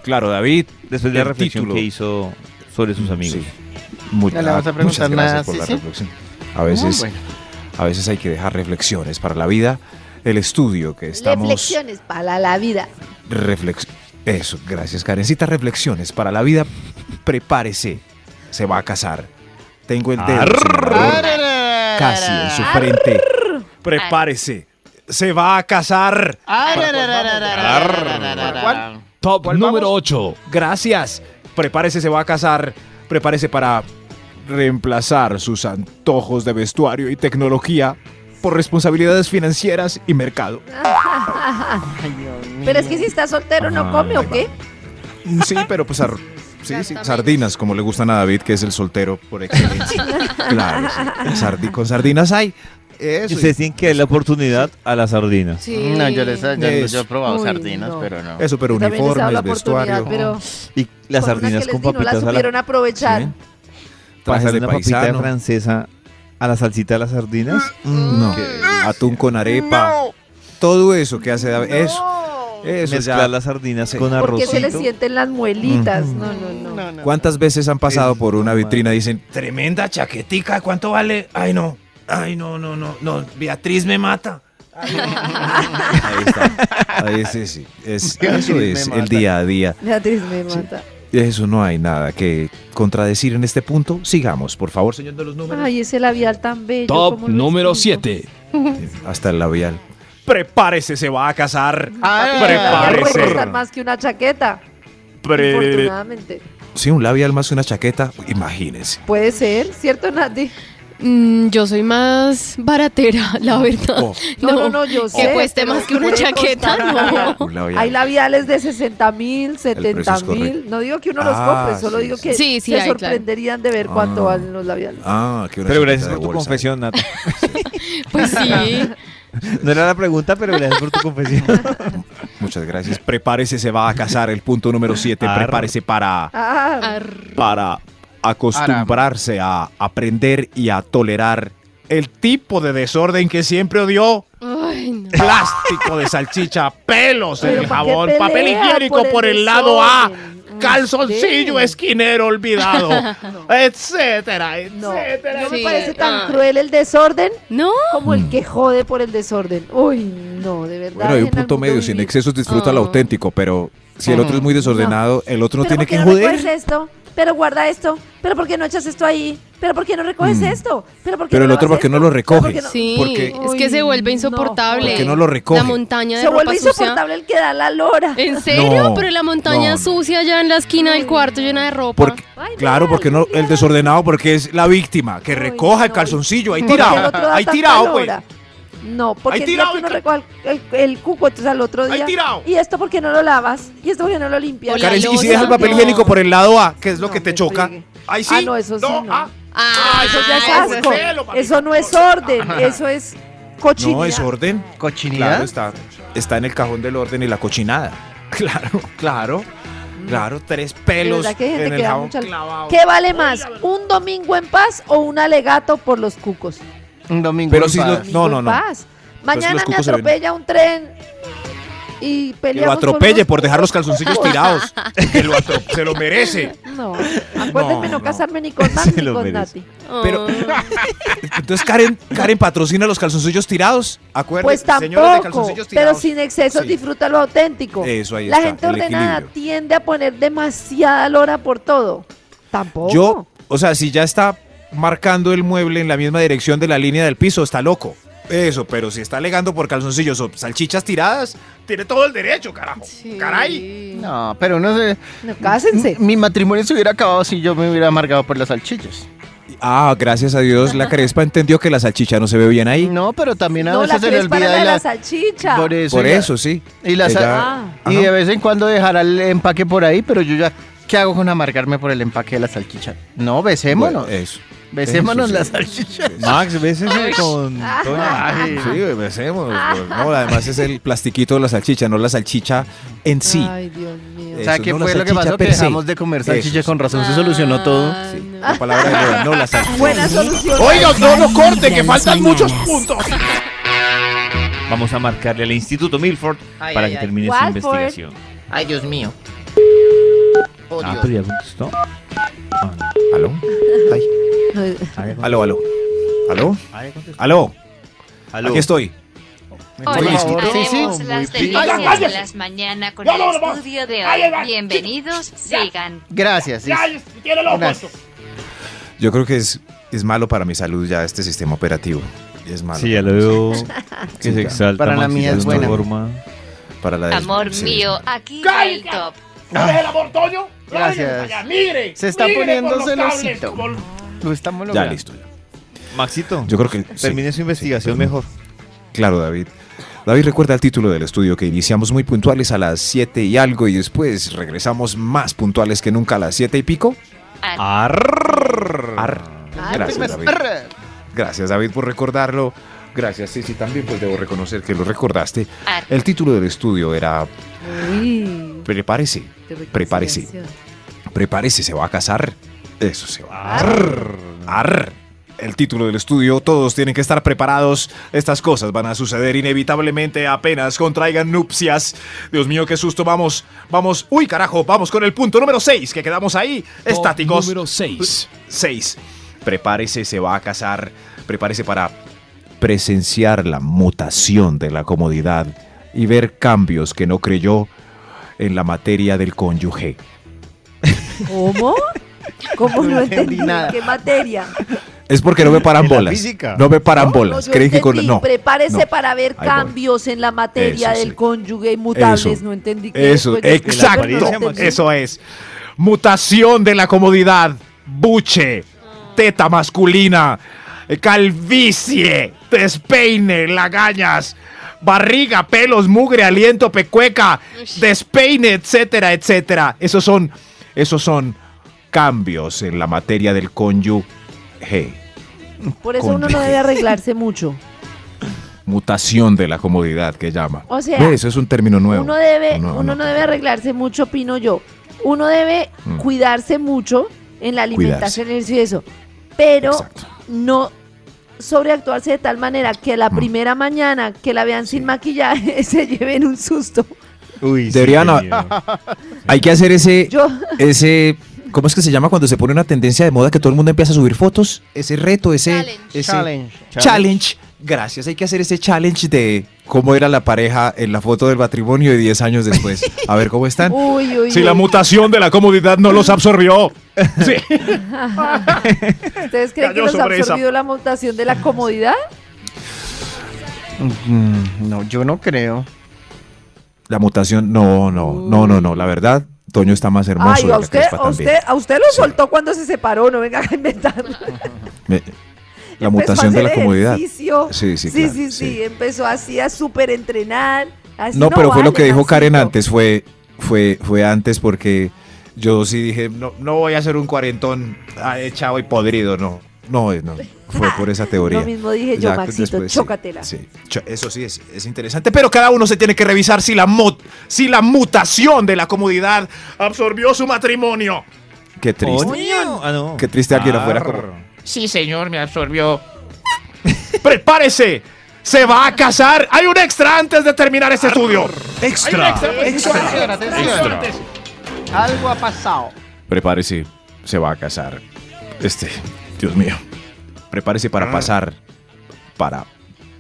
Speaker 5: Claro, David.
Speaker 2: Después de la
Speaker 5: El
Speaker 2: reflexión
Speaker 5: título.
Speaker 2: que hizo sobre sus amigos.
Speaker 5: Mucha-
Speaker 3: No le vamos a
Speaker 5: muchas
Speaker 3: preguntar
Speaker 5: gracias
Speaker 3: nada,
Speaker 5: por
Speaker 3: sí,
Speaker 5: la
Speaker 3: sí.
Speaker 5: reflexión. A veces,
Speaker 3: bueno.
Speaker 5: a veces hay que dejar reflexiones para la vida. El estudio que estamos
Speaker 6: Reflexiones para la vida.
Speaker 5: reflex- Eso, gracias Karencita. Reflexiones para la vida. Prepárese. Se va a casar. Tengo el dedo señalador casi en su frente. Prepárese. Se va a casar.
Speaker 3: ¿Cuál?
Speaker 7: Top
Speaker 5: ¿Cuál
Speaker 7: número
Speaker 5: vamos?
Speaker 7: 8.
Speaker 5: Gracias. Prepárese, se va a casar. Prepárese para reemplazar sus antojos de vestuario y tecnología por responsabilidades financieras y
Speaker 6: (laughs)
Speaker 5: mercado.
Speaker 6: Pero es que si está soltero no come o qué.
Speaker 5: Sí, pero pues ar- sí, sí, sardinas, como le gustan a David, que es el soltero por
Speaker 6: (laughs)
Speaker 5: excelencia. claro, (laughs) sí. Sardi- con sardinas hay.
Speaker 2: Y
Speaker 5: Eso.
Speaker 2: Ustedes tienen que dar la oportunidad a las sardinas.
Speaker 6: Sí.
Speaker 3: No, yo, les, yo, yo he
Speaker 5: Eso.
Speaker 3: probado
Speaker 6: Uy,
Speaker 3: sardinas,
Speaker 6: no.
Speaker 3: pero no.
Speaker 5: Eso, pero
Speaker 6: Yo también les he dado la
Speaker 5: uniformes,
Speaker 6: oportunidad,
Speaker 5: vestuario.
Speaker 6: pero
Speaker 2: Y las
Speaker 6: con una que
Speaker 2: sardinas
Speaker 6: les
Speaker 2: con
Speaker 6: di no la
Speaker 2: papitas a
Speaker 6: supieron
Speaker 2: la
Speaker 6: aprovechar.
Speaker 5: Sí. Trajes
Speaker 2: pasarle una
Speaker 5: de
Speaker 2: papita
Speaker 5: paisano. Ah,
Speaker 2: francesa a la salsita de las sardinas.
Speaker 5: Mm, No. Atún con arepa. Todo eso que hace David. Eso. Eso
Speaker 2: mezclar
Speaker 5: ya.
Speaker 2: las sardinas
Speaker 5: Sí.
Speaker 2: con
Speaker 6: Porque
Speaker 2: arrocito.
Speaker 6: se le sienten las muelitas. No, no, no.
Speaker 3: no.
Speaker 5: ¿Cuántas veces han pasado
Speaker 2: Es
Speaker 5: por una
Speaker 2: normal.
Speaker 5: vitrina y dicen,
Speaker 9: Tremenda chaquetica, ¿cuánto vale? Ay, no. Ay, no, no, no, no. Beatriz me mata.
Speaker 5: Ahí está. Ahí sí, sí. Es, eso
Speaker 3: Me
Speaker 5: es
Speaker 3: mata.
Speaker 5: el día a día.
Speaker 6: Beatriz me mata.
Speaker 5: Eso no hay nada que contradecir en este punto. Sigamos, por favor, señor de los números.
Speaker 6: Ay, ese labial tan bello.
Speaker 7: Top
Speaker 6: ¿cómo lo
Speaker 7: número
Speaker 6: escribo?
Speaker 7: 7.
Speaker 5: Hasta el labial.
Speaker 9: Prepárese, se va a casar.
Speaker 3: Ah,
Speaker 6: Prepárese.
Speaker 9: Prepárese.
Speaker 6: puede costar más que una chaqueta. Afortunadamente.
Speaker 5: Sí, un labial más que una chaqueta, imagínense.
Speaker 6: Puede ser, ¿cierto, Nati?
Speaker 10: Mm, yo soy más baratera, (laughs) la verdad.
Speaker 5: Oh,
Speaker 6: (laughs) No, no, no, yo sé.
Speaker 10: Que cueste
Speaker 6: pero
Speaker 10: más que una
Speaker 6: puede
Speaker 10: chaqueta,
Speaker 6: costar.
Speaker 10: no.
Speaker 5: un labial.
Speaker 6: (laughs) Hay labiales de 60 mil, 70 mil.
Speaker 5: correcto.
Speaker 6: No digo que uno los
Speaker 5: Ah,
Speaker 6: compre, solo
Speaker 5: sí,
Speaker 6: digo
Speaker 5: sí.
Speaker 6: que
Speaker 10: Sí, sí,
Speaker 6: se
Speaker 10: hay, claro.
Speaker 6: sorprenderían de ver cuánto
Speaker 5: Ah.
Speaker 6: valen los labiales.
Speaker 5: Ah, que una
Speaker 2: Pero
Speaker 5: chaqueta
Speaker 2: gracias
Speaker 5: de
Speaker 2: por tu
Speaker 5: bolsa.
Speaker 2: confesión, Nata.
Speaker 10: Pues sí.
Speaker 2: (laughs)
Speaker 5: (laughs)
Speaker 2: No era la pregunta, pero gracias
Speaker 6: (laughs)
Speaker 2: por tu confesión.
Speaker 5: Muchas gracias. Prepárese, se va a casar. El punto número 7.
Speaker 2: Ar-
Speaker 5: Prepárese para,
Speaker 6: Ah,
Speaker 10: Arr.
Speaker 5: para acostumbrarse a aprender y a tolerar el tipo de desorden que siempre odió.
Speaker 10: Ay, no.
Speaker 5: plástico de salchicha, pelos en
Speaker 6: Pero
Speaker 5: el
Speaker 6: ¿pa' qué
Speaker 5: jabón,
Speaker 6: pelea
Speaker 5: papel higiénico por el, lado A,
Speaker 6: desorden? Mm,
Speaker 5: calzoncillo
Speaker 6: sí.
Speaker 5: esquinero (laughs) olvidado, etcétera,
Speaker 6: No,
Speaker 5: etcétera.
Speaker 6: no me
Speaker 10: Sí,
Speaker 6: parece tan
Speaker 10: ah.
Speaker 6: cruel el desorden
Speaker 10: No.
Speaker 6: como el que jode por el desorden. Uy, no, de verdad.
Speaker 5: Bueno, hay un
Speaker 6: dejen al
Speaker 5: punto
Speaker 6: mundo
Speaker 5: medio, sin
Speaker 6: vivir.
Speaker 5: excesos disfruta lo
Speaker 10: Ah.
Speaker 5: auténtico, pero si el otro es muy desordenado, el otro no
Speaker 6: ¿Pero
Speaker 5: tiene
Speaker 6: por qué
Speaker 5: que
Speaker 6: no recoges
Speaker 5: joder.
Speaker 6: esto? ¿Pero guarda esto? ¿Pero por qué no echas esto ahí? ¿Pero por qué no recoges
Speaker 5: Mm.
Speaker 6: esto? ¿Pero, por qué
Speaker 5: Pero el
Speaker 6: no
Speaker 5: otro,
Speaker 6: lavas
Speaker 5: ¿por qué no
Speaker 6: esto?
Speaker 5: lo
Speaker 6: ¿Pero por
Speaker 5: recoge?
Speaker 6: qué no-
Speaker 10: Sí,
Speaker 5: Porque-
Speaker 10: es que se vuelve
Speaker 6: Uy,
Speaker 10: insoportable.
Speaker 6: no.
Speaker 5: Porque no lo recoge.
Speaker 10: La montaña de
Speaker 6: Se vuelve
Speaker 10: ropa sucia.
Speaker 6: insoportable el que da la lora.
Speaker 10: ¿En serio?
Speaker 5: No,
Speaker 10: Pero la montaña
Speaker 5: no, no.
Speaker 10: sucia allá en la esquina del cuarto llena de ropa.
Speaker 5: Porque,
Speaker 6: Ay,
Speaker 5: claro,
Speaker 6: no,
Speaker 5: porque no, el
Speaker 6: limpiar.
Speaker 5: desordenado, porque es la víctima, que
Speaker 6: Ay,
Speaker 5: recoja el
Speaker 6: no,
Speaker 5: calzoncillo, ahí
Speaker 6: Porque el
Speaker 5: tirado,
Speaker 6: otro da
Speaker 5: ahí
Speaker 6: tanta
Speaker 5: tirado, pues.
Speaker 6: lora. No, porque
Speaker 5: Ahí
Speaker 6: el día
Speaker 5: tirado
Speaker 6: que
Speaker 5: y
Speaker 6: uno
Speaker 5: ca-
Speaker 6: recoge el, el- el cuco, entonces al otro
Speaker 5: Ahí
Speaker 6: día.
Speaker 5: tirado.
Speaker 6: ¿Y esto por qué no lo lavas? ¿Y esto por qué no lo limpias?
Speaker 10: O la
Speaker 5: Karen, y si
Speaker 10: losa,
Speaker 5: deja el papel
Speaker 10: no.
Speaker 5: higiénico por el lado A, que es lo
Speaker 6: No,
Speaker 5: que te
Speaker 6: me
Speaker 5: choca,
Speaker 6: friegue.
Speaker 5: ahí sí.
Speaker 6: Ah, no, eso sí. No,
Speaker 10: Ah,
Speaker 6: eso ya es asco.
Speaker 4: pues,
Speaker 6: eso no es orden, eso es cochinidad.
Speaker 5: No, es orden.
Speaker 3: ¿Cochinidad?
Speaker 5: Claro, está, está en el cajón del orden y la cochinada. (laughs) Claro, claro, claro. Tres pelos
Speaker 6: Mm. verdad que hay gente
Speaker 5: en
Speaker 6: que
Speaker 5: el
Speaker 6: da
Speaker 5: jabón
Speaker 6: mucha-
Speaker 5: clavado.
Speaker 6: ¿Qué vale más? ¿Un domingo en paz o un alegato por los cucos?
Speaker 3: Un domingo.
Speaker 5: Pero
Speaker 3: en
Speaker 5: si lo-
Speaker 3: paz.
Speaker 5: No, no,
Speaker 6: en
Speaker 5: no. Pues
Speaker 6: paz. Mañana
Speaker 5: los
Speaker 6: me
Speaker 5: cucos se ven.
Speaker 6: atropella un tren y
Speaker 5: Que lo
Speaker 6: peleamos. con
Speaker 5: atropelle
Speaker 6: unos
Speaker 5: por dejar los
Speaker 6: cucos. (laughs)
Speaker 5: calzoncillos tirados. Que lo atro- se lo merece.
Speaker 6: No, acuérdenme no,
Speaker 5: no. (laughs)
Speaker 6: casarme ni con Nati
Speaker 2: Se
Speaker 6: ni
Speaker 2: lo
Speaker 6: con
Speaker 2: merece.
Speaker 6: Nati.
Speaker 5: Pero-
Speaker 10: Ah.
Speaker 5: Entonces Karen, Karen patrocina los calzoncillos tirados. Acuérdense,
Speaker 6: Pues
Speaker 5: señores de
Speaker 6: tampoco,
Speaker 5: calzoncillos
Speaker 6: pero
Speaker 5: tirados.
Speaker 6: sin excesos
Speaker 5: Sí.
Speaker 6: disfruta lo auténtico.
Speaker 5: Eso ahí
Speaker 6: La
Speaker 5: está,
Speaker 6: gente
Speaker 5: el
Speaker 6: ordenada
Speaker 5: equilibrio.
Speaker 6: tiende a poner demasiada lora por todo. Tampoco.
Speaker 5: Yo,
Speaker 3: Oh.
Speaker 5: o sea, si ya está marcando el mueble en la misma dirección de la línea del piso, está loco. Eso, pero si está alegando por calzoncillos o salchichas tiradas, tiene todo el derecho, carajo.
Speaker 10: Sí.
Speaker 5: (laughs) Caray.
Speaker 3: No, pero no sé.
Speaker 6: No, cásense.
Speaker 5: Mm,
Speaker 3: Mi matrimonio se hubiera acabado si yo me hubiera amargado por las salchichas.
Speaker 5: Ah, gracias a Dios, la Crespa entendió que la salchicha no se ve bien ahí.
Speaker 3: No, pero también a
Speaker 6: No, la
Speaker 3: veces se le
Speaker 6: crees para
Speaker 3: olvida
Speaker 6: la
Speaker 3: y
Speaker 6: de la
Speaker 3: la-
Speaker 6: salchicha.
Speaker 3: Por eso.
Speaker 5: Por
Speaker 3: y la-
Speaker 5: eso, sí.
Speaker 3: Y, la sal- Ah.
Speaker 5: Ella- Ah,
Speaker 3: y
Speaker 5: Ajá.
Speaker 3: de vez en cuando dejará el empaque por ahí, pero yo ya. ¿Qué hago con amargarme por el empaque de la salchicha? No, besémonos.
Speaker 5: Bueno, eso.
Speaker 3: besémonos
Speaker 5: eso
Speaker 3: la
Speaker 5: sí.
Speaker 3: salchicha. Ah.
Speaker 2: Max, bésese con Toña.
Speaker 5: Ay, sí, besemos. pues. No, además es el plastiquito de la salchicha, no la salchicha en sí.
Speaker 10: Ay, Dios mío.
Speaker 3: O sea,
Speaker 5: Eso,
Speaker 3: ¿qué
Speaker 5: no la
Speaker 3: fue lo que
Speaker 5: salchicha
Speaker 3: pasó? Que
Speaker 5: per se.
Speaker 3: dejamos de comer salchicha,
Speaker 5: Eso.
Speaker 3: con razón se solucionó todo.
Speaker 10: Ah, no.
Speaker 5: La palabra de moda, no la salchicha.
Speaker 6: Buena solución.
Speaker 9: Oiga, no lo corte, que
Speaker 1: Vibra las
Speaker 9: faltan muchos
Speaker 1: mañanas.
Speaker 9: puntos.
Speaker 2: Vamos a marcarle al Instituto Milford
Speaker 11: Ay,
Speaker 2: para
Speaker 11: ay,
Speaker 2: que
Speaker 11: ay.
Speaker 2: termine su
Speaker 6: Walford.
Speaker 2: investigación.
Speaker 11: Ay, Dios mío. Oh,
Speaker 3: pues
Speaker 2: Ah,
Speaker 11: Dios.
Speaker 2: pero ya contestó.
Speaker 5: ¿Aló? Ay.
Speaker 2: Ah,
Speaker 5: ¿Aló, aló? ¿Aló? ¿Aló?
Speaker 2: ¿Aló?
Speaker 5: Ah, Aquí estoy.
Speaker 4: Hola,
Speaker 5: Muy bien.
Speaker 4: haremos
Speaker 5: Sí,
Speaker 4: las
Speaker 5: sí. Muy bien.
Speaker 4: delicias de
Speaker 5: Cállese.
Speaker 4: las mañanas con
Speaker 11: Ya
Speaker 4: el
Speaker 11: no lo vas.
Speaker 4: estudio de
Speaker 11: Ahí
Speaker 4: hoy.
Speaker 11: va.
Speaker 4: Bienvenidos, sigan.
Speaker 3: Gracias.
Speaker 11: Ya, tiene loco
Speaker 3: Gracias.
Speaker 11: esto.
Speaker 5: Yo creo que es, es malo para mi salud ya este sistema operativo. Es malo.
Speaker 2: Sí, ya lo veo
Speaker 5: Sí,
Speaker 2: que se
Speaker 5: ya.
Speaker 2: exalta.
Speaker 5: Para la
Speaker 2: Maxi,
Speaker 5: mía
Speaker 2: de
Speaker 5: es
Speaker 2: una
Speaker 5: buena.
Speaker 2: forma.
Speaker 5: Para la de-
Speaker 4: Amor
Speaker 5: sí.
Speaker 4: mío, aquí el top.
Speaker 11: ¿No eres el amor, Toño?
Speaker 3: Gracias.
Speaker 11: Allá, migre.
Speaker 3: Se está
Speaker 11: migre
Speaker 3: poniendo
Speaker 11: por los cables,
Speaker 3: celosito.
Speaker 11: por-
Speaker 3: Lo estamos
Speaker 5: Ya
Speaker 3: logrando.
Speaker 5: listo.
Speaker 2: Maxito,
Speaker 5: Yo creo que
Speaker 2: termine su investigación mejor.
Speaker 5: Claro, David. David recuerda el título del estudio que iniciamos muy puntuales a las 7 y algo y después regresamos más puntuales que nunca a las 7 y pico. Arr. Gracias, David. Gracias, David, por recordarlo. Gracias, Ceci, también pues debo reconocer que lo recordaste.
Speaker 4: Arr.
Speaker 5: El título del estudio era
Speaker 6: Uy,
Speaker 5: Prepárese,
Speaker 6: qué
Speaker 5: prepárese.
Speaker 6: reconciliación.
Speaker 5: prepárese, se va a casar. Eso se va. Arr. Arr. El título del estudio, todos tienen que estar preparados. Estas cosas van a suceder inevitablemente apenas contraigan nupcias. Dios mío, qué susto, vamos, vamos. Uy, carajo, vamos con el punto número 6, que quedamos ahí, estáticos.
Speaker 7: Número 6.
Speaker 5: 6. Prepárese, se va a casar. Prepárese para presenciar la mutación de la comodidad y ver cambios que no creyó en la materia del cónyuge.
Speaker 6: ¿Cómo? ¿Cómo
Speaker 3: No
Speaker 6: no
Speaker 3: entendí
Speaker 6: entendí?
Speaker 3: nada.
Speaker 6: ¿Qué materia?
Speaker 5: Es porque no me paran
Speaker 2: En la
Speaker 5: bolas.
Speaker 2: física.
Speaker 5: No me paran
Speaker 6: No,
Speaker 5: bolas.
Speaker 6: yo
Speaker 5: Creen que con-
Speaker 6: entendí,
Speaker 5: no,
Speaker 6: Prepárese
Speaker 5: no.
Speaker 6: para ver
Speaker 5: Ahí voy.
Speaker 6: cambios en la materia
Speaker 5: Eso
Speaker 6: del
Speaker 5: sí.
Speaker 6: cónyuge inmutables.
Speaker 5: Eso.
Speaker 6: No entendí qué
Speaker 5: Eso,
Speaker 6: fue.
Speaker 5: exacto.
Speaker 2: apariencia, Maxi.
Speaker 5: Eso es. Mutación de la comodidad. Buche. Teta masculina. Calvicie. Despeine. Lagañas. Barriga, pelos, mugre, aliento, pecueca. Despeine, etcétera, etcétera. Esos son. Esos son cambios en la materia del cónyuge.
Speaker 6: Por eso
Speaker 5: Con-
Speaker 6: uno no debe arreglarse
Speaker 5: (laughs)
Speaker 6: mucho.
Speaker 5: Mutación de la comodidad que llama.
Speaker 6: O sea,
Speaker 5: Ve, eso es un término nuevo.
Speaker 6: Uno debe,
Speaker 5: No,
Speaker 6: uno
Speaker 5: no.
Speaker 6: no debe arreglarse mucho, opino yo. Uno debe
Speaker 5: Mm.
Speaker 6: cuidarse mucho en la
Speaker 5: Cuidarse.
Speaker 6: alimentación y eso. Pero
Speaker 5: Exacto.
Speaker 6: no sobreactuarse de tal manera que
Speaker 5: Mm.
Speaker 6: la primera mañana que la vean sin maquillaje (laughs) se lleven un susto.
Speaker 2: Uy, sí,
Speaker 5: Deberían
Speaker 2: qué
Speaker 5: a-
Speaker 2: miedo.
Speaker 5: Hay que hacer ese,
Speaker 6: Yo,
Speaker 5: ese, ¿cómo es que se llama cuando se pone una tendencia de moda que todo el mundo empieza a subir fotos? Ese reto, ese
Speaker 10: Challenge.
Speaker 5: ese
Speaker 3: Challenge.
Speaker 5: challenge. Gracias, hay que hacer ese challenge de cómo era la pareja en la foto del matrimonio y 10 años después. A ver cómo están.
Speaker 6: (laughs) uy, uy,
Speaker 5: Si
Speaker 6: uy,
Speaker 5: la mutación de la comodidad no los absorbió. Sí.
Speaker 6: ¿ustedes creen que
Speaker 5: cayó
Speaker 6: nos ha
Speaker 5: sobre esa-
Speaker 6: absorbido la mutación de la comodidad?
Speaker 3: Mm, No, yo no creo.
Speaker 5: La mutación, no, no, no, no, no. La verdad, Toño está más hermoso.
Speaker 6: Ay,
Speaker 5: de
Speaker 6: a
Speaker 5: la
Speaker 6: usted,
Speaker 5: crespa
Speaker 6: a
Speaker 5: también.
Speaker 6: usted, a usted lo
Speaker 5: Sí.
Speaker 6: soltó cuando se separó, no venga a inventarlo.
Speaker 5: Me- la
Speaker 6: Empezó a
Speaker 5: mutación de la
Speaker 6: hacer
Speaker 5: comodidad.
Speaker 6: ejercicio.
Speaker 5: Sí, sí,
Speaker 6: sí,
Speaker 5: claro,
Speaker 6: sí,
Speaker 5: sí.
Speaker 6: sí, empezó así a súper entrenar. así
Speaker 5: No, pero fue lo
Speaker 6: vale,
Speaker 5: que dijo Karen
Speaker 6: Maxito.
Speaker 5: antes, fue, fue, fue antes porque yo sí dije, no, no voy a ser un cuarentón ah, echado y podrido, no. No, eh, no, fue por
Speaker 6: (laughs)
Speaker 5: esa teoría.
Speaker 6: Lo mismo dije yo,
Speaker 5: Ya,
Speaker 6: Maxito,
Speaker 5: después, sí,
Speaker 6: chócatela.
Speaker 5: sí, cho- eso sí es, es interesante, pero cada uno se tiene que revisar si la, mut- si la mutación de la comodidad absorbió su matrimonio. Qué triste.
Speaker 2: Coño. Ah, no.
Speaker 5: Qué triste alguien afuera
Speaker 2: Arr.
Speaker 5: como-
Speaker 8: Sí, señor, me absorbió.
Speaker 5: ¡Prepárese! ¡Se va a casar! ¡Hay un extra antes de terminar este estudio!
Speaker 7: Extra.
Speaker 3: Atención, atención. Algo ha pasado.
Speaker 5: Prepárese, se va a casar. Este, Dios mío. Prepárese
Speaker 6: Ah.
Speaker 5: para pasar, para,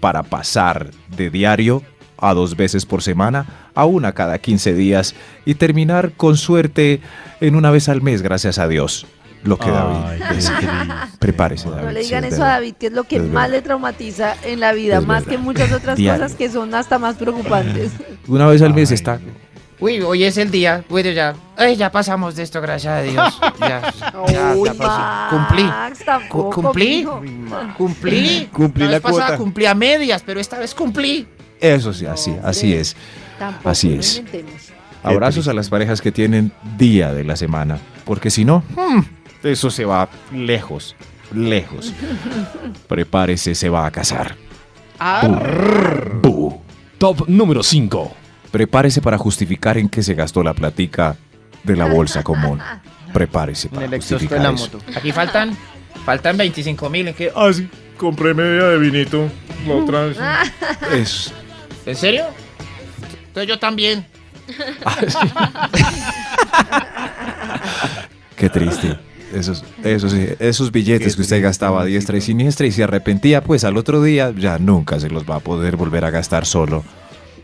Speaker 5: para pasar de diario a dos veces por semana, a una cada 15 días y terminar con suerte en una vez al mes, gracias a Dios. Lo que
Speaker 2: Ay,
Speaker 5: David (laughs)
Speaker 2: qué
Speaker 5: es.
Speaker 2: triste.
Speaker 5: Prepárese, David.
Speaker 6: No le
Speaker 5: sí,
Speaker 6: digan
Speaker 5: es
Speaker 6: eso a
Speaker 5: verdad.
Speaker 6: David, que es lo que
Speaker 5: Es
Speaker 6: más
Speaker 5: verdad.
Speaker 6: le traumatiza en la vida,
Speaker 5: Es
Speaker 6: más
Speaker 5: verdad.
Speaker 6: que muchas otras
Speaker 5: Diario.
Speaker 6: cosas que son hasta más
Speaker 5: (laughs)
Speaker 6: preocupantes.
Speaker 5: Una vez al mes está.
Speaker 8: Uy, hoy es el día. Bueno, ya. Ay, ya pasamos de esto, gracias a Dios. Ya, ya,
Speaker 6: Uy,
Speaker 8: ya pasó.
Speaker 6: Max,
Speaker 8: Cumplí.
Speaker 6: tampoco,
Speaker 8: Cu- cumplí.
Speaker 6: mijo.
Speaker 8: Cumplí.
Speaker 2: Cumplí
Speaker 8: la
Speaker 2: la
Speaker 8: vez pasada
Speaker 2: cuota.
Speaker 8: cumplí a medias, pero esta vez cumplí.
Speaker 5: Eso sí, así, así
Speaker 6: Hombre.
Speaker 5: es.
Speaker 6: Tampoco,
Speaker 5: Así
Speaker 6: no
Speaker 5: es.
Speaker 6: inventemos.
Speaker 5: Abrazos a las parejas que tienen día de la semana, porque si no, mm, eso se va lejos,
Speaker 7: (laughs)
Speaker 5: lejos. Prepárese, se va a casar.
Speaker 3: Ah.
Speaker 5: Bu.
Speaker 7: Top número 5.
Speaker 5: Prepárese para justificar en qué se gastó la platica de la
Speaker 3: (laughs)
Speaker 5: bolsa común. Prepárese
Speaker 3: En
Speaker 5: para
Speaker 3: el exhausto de
Speaker 5: justificar
Speaker 3: la
Speaker 5: eso.
Speaker 3: moto.
Speaker 8: Aquí faltan, faltan 25 mil. ¿En qué?
Speaker 9: Ah, sí, compré media de vinito. La otra vez.
Speaker 5: Es-
Speaker 8: ¿En serio? Entonces yo también.
Speaker 5: qué triste. Esos, esos, esos billetes que usted gastaba a diestra y siniestra y se arrepentía, pues al otro día ya nunca se los va a poder volver a gastar solo.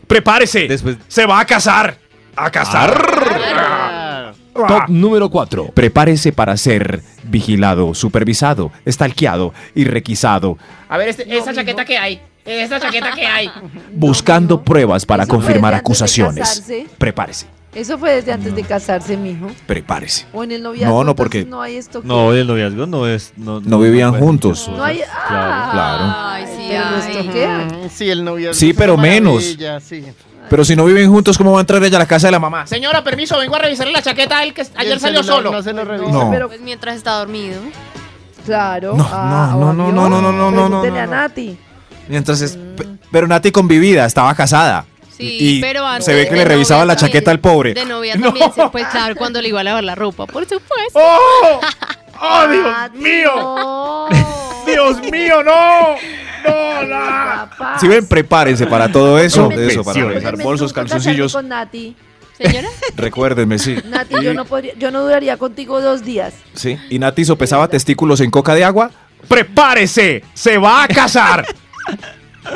Speaker 7: Prepárese. Se va a casar. A casar. Top número 4.
Speaker 5: Prepárese para ser vigilado, supervisado, estalqueado y requisado,
Speaker 8: A ver, este- esa chaqueta que hay. Esa chaqueta que hay.
Speaker 5: buscando pruebas para
Speaker 6: Eso fue
Speaker 5: confirmar
Speaker 6: desde antes de
Speaker 5: acusaciones.
Speaker 6: casarse.
Speaker 5: Prepárese,
Speaker 6: Eso fue desde antes de casarse, mijo.
Speaker 5: prepárese.
Speaker 6: O en el noviazgo.
Speaker 5: No, no,
Speaker 6: entonces
Speaker 5: porque-
Speaker 6: No hay esto. que-
Speaker 2: No, el noviazgo no es. No,
Speaker 5: No vivían
Speaker 2: puede.
Speaker 5: juntos.
Speaker 6: No hay. ah.
Speaker 2: Claro,
Speaker 5: claro.
Speaker 10: Ay, sí,
Speaker 6: Pero no
Speaker 10: ay.
Speaker 6: estoquea.
Speaker 3: Mm, Sí, el novio.
Speaker 5: Sí,
Speaker 3: es
Speaker 5: pero
Speaker 3: una
Speaker 5: menos.
Speaker 3: maravilla, sí.
Speaker 5: Pero si no viven juntos, ¿cómo va a entrar ella a la casa de la mamá?
Speaker 8: Señora, permiso, vengo a revisarle la chaqueta a él que
Speaker 3: Y
Speaker 8: ayer
Speaker 3: el
Speaker 8: salió
Speaker 3: celular
Speaker 8: solo.
Speaker 3: No se lo revisa.
Speaker 5: No.
Speaker 6: Pero
Speaker 10: Pues mientras está dormido.
Speaker 6: claro.
Speaker 5: No,
Speaker 6: ah,
Speaker 5: no, no,
Speaker 6: obvio.
Speaker 5: no, no, no, no, no, no,
Speaker 6: Pregúntele a
Speaker 5: no.
Speaker 6: Nati.
Speaker 5: Mientras es- pe- pero Nati convivida, estaba casada.
Speaker 10: Sí,
Speaker 5: y
Speaker 10: pero antes
Speaker 5: se ve que
Speaker 10: de
Speaker 5: le revisaba
Speaker 10: novia
Speaker 5: la chaqueta al
Speaker 10: también-
Speaker 5: pobre. (laughs)
Speaker 10: De novia también, se, pues claro, cuando le iba a lavar la ropa, por supuesto.
Speaker 11: ¡Oh! ¡Oh, Dios
Speaker 6: Nati,
Speaker 11: mío!
Speaker 6: no.
Speaker 5: (laughs)
Speaker 11: ¡Dios mío, no! ¡No, la!
Speaker 6: Capaz.
Speaker 5: Si ven, prepárense para todo eso,
Speaker 2: Hombre,
Speaker 5: eso para
Speaker 2: sí,
Speaker 5: revisar
Speaker 6: Me
Speaker 5: bolsos,
Speaker 6: estuvo casarme
Speaker 5: calzoncillos.
Speaker 6: Con Nati.
Speaker 12: (laughs)
Speaker 10: Señora,
Speaker 5: Recuérdenme, sí.
Speaker 6: Nati, yo
Speaker 5: Y-
Speaker 6: no, podría, yo no duraría contigo dos días.
Speaker 5: Sí. Y Nati sopesaba testículos en coca de agua.
Speaker 7: Prepárese. Se va a casar.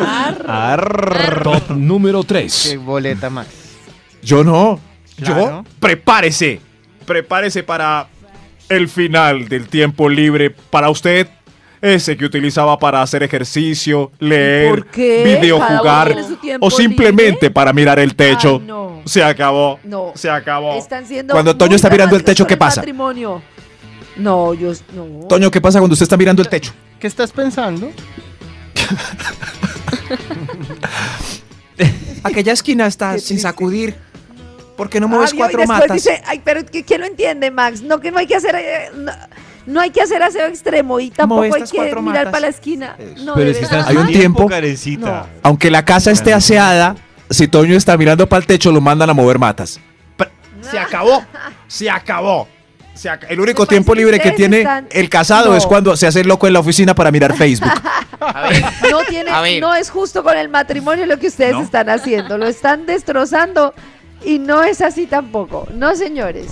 Speaker 2: Arr.
Speaker 7: Top número
Speaker 3: Qué
Speaker 7: 3.
Speaker 3: boleta más.
Speaker 5: Yo no.
Speaker 3: Claro.
Speaker 7: Prepárese.
Speaker 5: Prepárese para el final del tiempo libre para usted. Ese que utilizaba para hacer ejercicio, leer,
Speaker 6: ¿Por qué?
Speaker 5: videojugar,
Speaker 6: Cada uno tiene su tiempo
Speaker 5: o simplemente
Speaker 6: libre.
Speaker 5: para mirar el techo.
Speaker 6: Ay, no.
Speaker 5: Se acabó.
Speaker 6: No.
Speaker 5: Se acabó.
Speaker 6: Están siendo
Speaker 5: Cuando Toño
Speaker 6: muy
Speaker 5: está mirando el
Speaker 6: dramáticos
Speaker 5: techo,
Speaker 6: con
Speaker 5: ¿qué pasa?
Speaker 6: Matrimonio. No, yo no.
Speaker 5: Toño, ¿qué pasa cuando usted está mirando el techo?
Speaker 3: ¿Qué estás pensando?
Speaker 8: Aquella esquina está sin sacudir. ¿Por qué no mueves
Speaker 6: Ah, vio, y
Speaker 8: cuatro
Speaker 6: después
Speaker 8: matas?
Speaker 6: dice, ay, pero que- ¿quién lo entiende, Max? No, que no hay que hacer... eh, no, no hay que hacer aseo extremo y tampoco hay
Speaker 8: estas
Speaker 6: que
Speaker 8: cuatro
Speaker 6: mirar
Speaker 8: matas.
Speaker 6: para la esquina. No,
Speaker 2: Pero
Speaker 6: de
Speaker 2: es que
Speaker 6: verdad.
Speaker 2: estás
Speaker 5: Hay un tiempo.
Speaker 2: Karencita.
Speaker 5: Aunque la casa esté aseada, si Toño está mirando para el techo, lo mandan a mover matas.
Speaker 7: Se acabó. Se acabó. Se acabó.
Speaker 5: El único
Speaker 6: Me parece
Speaker 5: tiempo
Speaker 6: que
Speaker 5: libre que
Speaker 6: ustedes
Speaker 5: tiene
Speaker 6: están-
Speaker 5: el casado
Speaker 6: No.
Speaker 5: es cuando se hace el loco en la oficina para mirar
Speaker 6: (laughs)
Speaker 5: Facebook.
Speaker 6: No, tiene-
Speaker 8: A ver.
Speaker 6: no es justo con el matrimonio lo que ustedes están haciendo. Lo están destrozando y no es así tampoco. No, señores.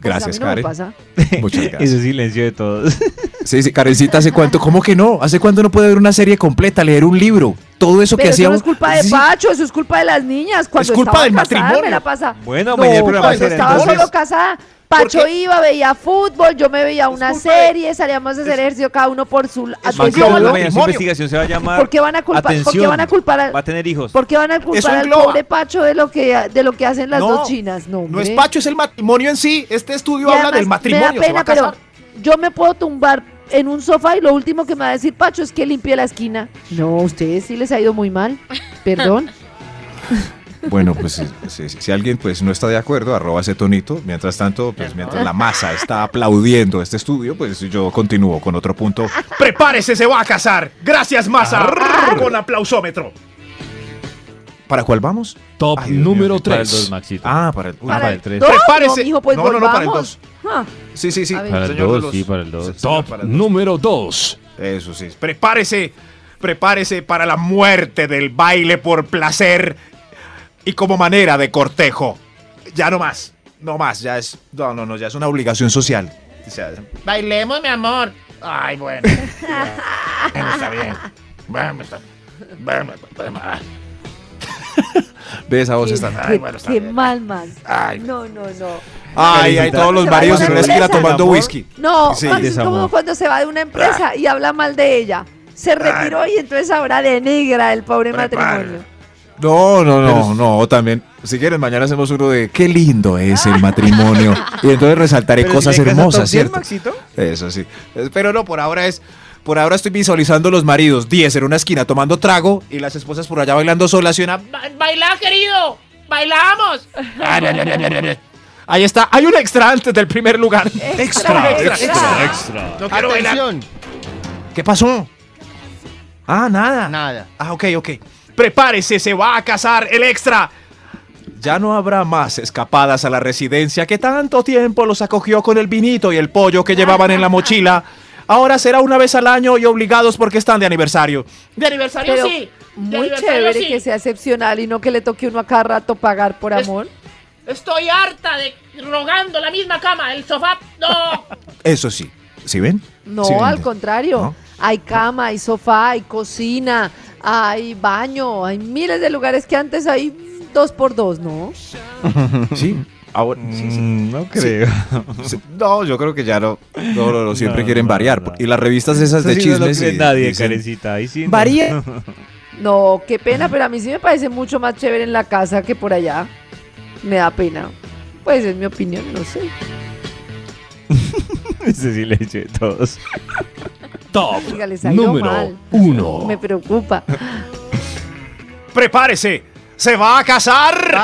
Speaker 6: Pues a
Speaker 5: Gracias,
Speaker 6: mí no me
Speaker 5: Karen.
Speaker 6: pasa.
Speaker 5: (laughs) Muchas
Speaker 2: (laughs)
Speaker 5: gracias.
Speaker 2: Ese silencio de todos. (laughs)
Speaker 5: Sí, sí, Karencita, ¿hace cuánto? ¿Cómo que no? ¿Hace cuánto no puede ver una serie completa, leer un libro? Todo eso
Speaker 6: Pero
Speaker 5: que
Speaker 6: eso no
Speaker 5: hacíamos.
Speaker 6: es culpa de
Speaker 5: Sí, sí.
Speaker 6: Pacho, eso es culpa de las niñas. Cuando
Speaker 5: culpa
Speaker 6: estaba
Speaker 5: del
Speaker 6: casada,
Speaker 5: matrimonio.
Speaker 6: me la pasa.
Speaker 2: Bueno, mañana el programa
Speaker 6: cuando
Speaker 2: será
Speaker 6: estaba
Speaker 2: entonces.
Speaker 6: solo casada, Pacho iba, veía fútbol, yo me veía una serie, salíamos a hacer ejercicio cada uno por su lado.
Speaker 2: Max,
Speaker 5: globo
Speaker 2: mañana
Speaker 5: al
Speaker 2: su
Speaker 5: matrimonio.
Speaker 2: investigación se va a llamar.
Speaker 6: ¿Por qué van a culpar- por qué
Speaker 2: Atención,
Speaker 6: van a culpar a-
Speaker 2: Va a tener hijos.
Speaker 6: ¿Por qué van a
Speaker 5: un
Speaker 6: culpar al
Speaker 5: globo.
Speaker 6: pobre Pacho de lo que de lo que hacen las
Speaker 5: No,
Speaker 6: dos chinas? No,
Speaker 5: No es
Speaker 6: hombre.
Speaker 5: Pacho, es el matrimonio en sí. Este estudio
Speaker 6: Y
Speaker 5: habla
Speaker 6: además,
Speaker 5: del matrimonio. se
Speaker 6: Me da pena,
Speaker 5: va a casar.
Speaker 6: pero yo me puedo tumbar en un sofá y lo último que me va a decir Pacho es que limpie la esquina. No, a ustedes sí les ha ido
Speaker 2: (laughs)
Speaker 6: muy mal. Perdón.
Speaker 5: Bueno, pues eh, sí, sí, si alguien pues no está de acuerdo, arroba ese tonito. Mientras tanto, pues mientras la masa está aplaudiendo este estudio, pues yo continúo con otro punto.
Speaker 7: (laughs) Prepárese. Se va a casar. Gracias, masa. Con aplausómetro.
Speaker 5: ¿Para cuál vamos?
Speaker 7: Top
Speaker 5: Ay, Dios mío,
Speaker 7: número
Speaker 2: Para el 2,
Speaker 7: 3.
Speaker 2: Maxito.
Speaker 5: Ah, para el, uy,
Speaker 2: Para
Speaker 5: para
Speaker 2: el
Speaker 5: el-
Speaker 2: tres.
Speaker 6: ¿Dos?
Speaker 7: Prepárese.
Speaker 6: No, mijo, pues
Speaker 5: No, no, no, para el
Speaker 6: volvamos. Ah,
Speaker 5: Sí, sí, sí.
Speaker 6: A ver.
Speaker 2: Para el
Speaker 5: Señor de
Speaker 2: 2,
Speaker 5: los-
Speaker 2: sí, para el 2.
Speaker 5: Señor
Speaker 7: Top
Speaker 5: para el dos.
Speaker 7: número 2.
Speaker 5: Eso sí.
Speaker 7: Prepárese, prepárese para la muerte del baile por placer y como manera de cortejo.
Speaker 5: Ya no más. No más. Ya es. No, no, no. Ya es una obligación social. O sea,
Speaker 8: Bailemos, mi amor. Ay,
Speaker 6: (laughs)
Speaker 8: bueno.
Speaker 11: Bueno, está bien. Bueno, está bueno,
Speaker 7: pues,
Speaker 11: bueno, ah,
Speaker 5: Ve esa voz
Speaker 6: qué-
Speaker 5: está.
Speaker 6: qué,
Speaker 11: bueno, está
Speaker 6: qué
Speaker 11: bien.
Speaker 6: mal, Max.
Speaker 11: Ay.
Speaker 6: No, no, no.
Speaker 5: Ay, hay todos los
Speaker 6: Se va
Speaker 5: maridos
Speaker 6: a
Speaker 5: en una
Speaker 6: una
Speaker 5: esquina
Speaker 6: empresa.
Speaker 5: tomando
Speaker 2: Amor.
Speaker 5: whisky.
Speaker 6: No,
Speaker 5: Sí, Ah.
Speaker 6: Max es como
Speaker 2: desamor.
Speaker 6: cuando se va de una empresa y habla mal de ella. Se retiró y entonces ahora denigra el pobre matrimonio.
Speaker 5: No, no, no, no, también. Si quieren, mañana hacemos uno de qué lindo es el matrimonio. Y entonces resaltaré
Speaker 2: Pero si
Speaker 5: cosas
Speaker 2: le casa top 10,
Speaker 5: hermosas, ¿cierto?
Speaker 2: Maxito?
Speaker 5: Eso sí. Eh, Pero no, por ahora es. Por ahora estoy visualizando los maridos, 10 en una esquina tomando trago y las esposas por allá bailando solas y una.
Speaker 8: Ba- ¡Bailá, querido! ¡Bailamos!
Speaker 11: ah, no, no, no, no, no, no.
Speaker 5: Ahí está, hay un extra antes del primer lugar. (laughs)
Speaker 6: Extra, extra.
Speaker 11: No quiero bailar.
Speaker 3: Atención.
Speaker 5: ¿Qué pasó? Ah, nada.
Speaker 3: Nada.
Speaker 5: Ah, ok, ok.
Speaker 7: Prepárese, se va a casar el extra.
Speaker 5: Ya no habrá más escapadas a la residencia que tanto tiempo los acogió con el vinito y el pollo que llevaban en la mochila. Ahora será una vez al año y obligados porque están de aniversario.
Speaker 8: De aniversario
Speaker 6: Pero
Speaker 8: sí. De
Speaker 6: muy
Speaker 8: aniversario
Speaker 6: chévere
Speaker 8: sí.
Speaker 6: que sea excepcional y no que le toque uno a cada rato pagar por
Speaker 8: Es-
Speaker 6: amor.
Speaker 12: Estoy harta de rogando la misma cama, el sofá. No.
Speaker 5: Eso sí. ¿Sí ven?
Speaker 6: No,
Speaker 5: Sí ven.
Speaker 6: al contrario. Hay cama, hay sofá, hay cocina, hay baño, hay miles de lugares que antes hay dos por dos, ¿no?
Speaker 5: Sí. Ahora, sí, sí.
Speaker 2: Mm, No creo.
Speaker 5: Sí. No, yo creo que ya no. No, no, no, siempre quieren variar. Y las revistas esas
Speaker 2: Eso
Speaker 5: de
Speaker 2: sí no lo
Speaker 5: chismes.
Speaker 2: cree
Speaker 5: sí,
Speaker 2: nadie,
Speaker 5: dicen-
Speaker 2: Karencita. Ahí sí no.
Speaker 6: Varíe. No, qué pena, pero a mí sí me parece mucho más chévere en la casa que por allá. Me da pena. Pues es mi opinión, no sé.
Speaker 2: (laughs) Ese silencio de todos.
Speaker 7: Top
Speaker 6: Oiga, les ha ido
Speaker 7: número
Speaker 6: mal.
Speaker 7: uno.
Speaker 6: Me preocupa.
Speaker 7: Prepárese. Se va a casar.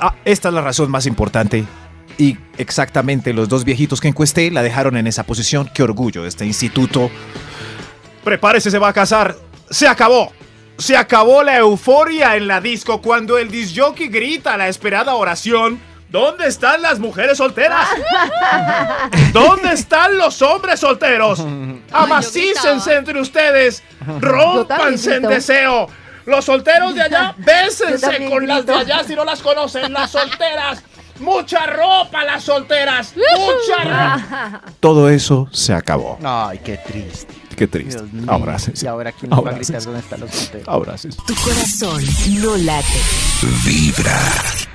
Speaker 7: Ah, esta es la razón más importante. Y exactamente los dos viejitos que encuesté la dejaron en esa posición. Qué orgullo de este instituto. Prepárese, se va a casar. Se acabó. Se acabó la euforia en la disco cuando el disjockey grita la esperada oración. ¿Dónde están las mujeres solteras?
Speaker 11: (laughs)
Speaker 7: ¿Dónde están los hombres
Speaker 11: (laughs)
Speaker 7: solteros? Amacícense entre ustedes. Rómpanse en
Speaker 11: grito.
Speaker 7: deseo. Los solteros de allá,
Speaker 11: (laughs) Yo
Speaker 7: bésense
Speaker 11: también
Speaker 7: con las de
Speaker 11: grito.
Speaker 7: allá si no las
Speaker 11: (laughs)
Speaker 7: conocen. Las solteras. Mucha ropa las solteras. Mucha
Speaker 11: Ah.
Speaker 7: ropa.
Speaker 5: Todo eso se acabó.
Speaker 3: Ay, qué triste.
Speaker 5: Qué triste.
Speaker 3: Dios mío.
Speaker 5: Abrácense.
Speaker 3: Y ahora quién nos va a
Speaker 5: Abrácense.
Speaker 3: gritar dónde están los solteros.
Speaker 5: Abrácense.
Speaker 1: Tu corazón no late.
Speaker 5: Vibra.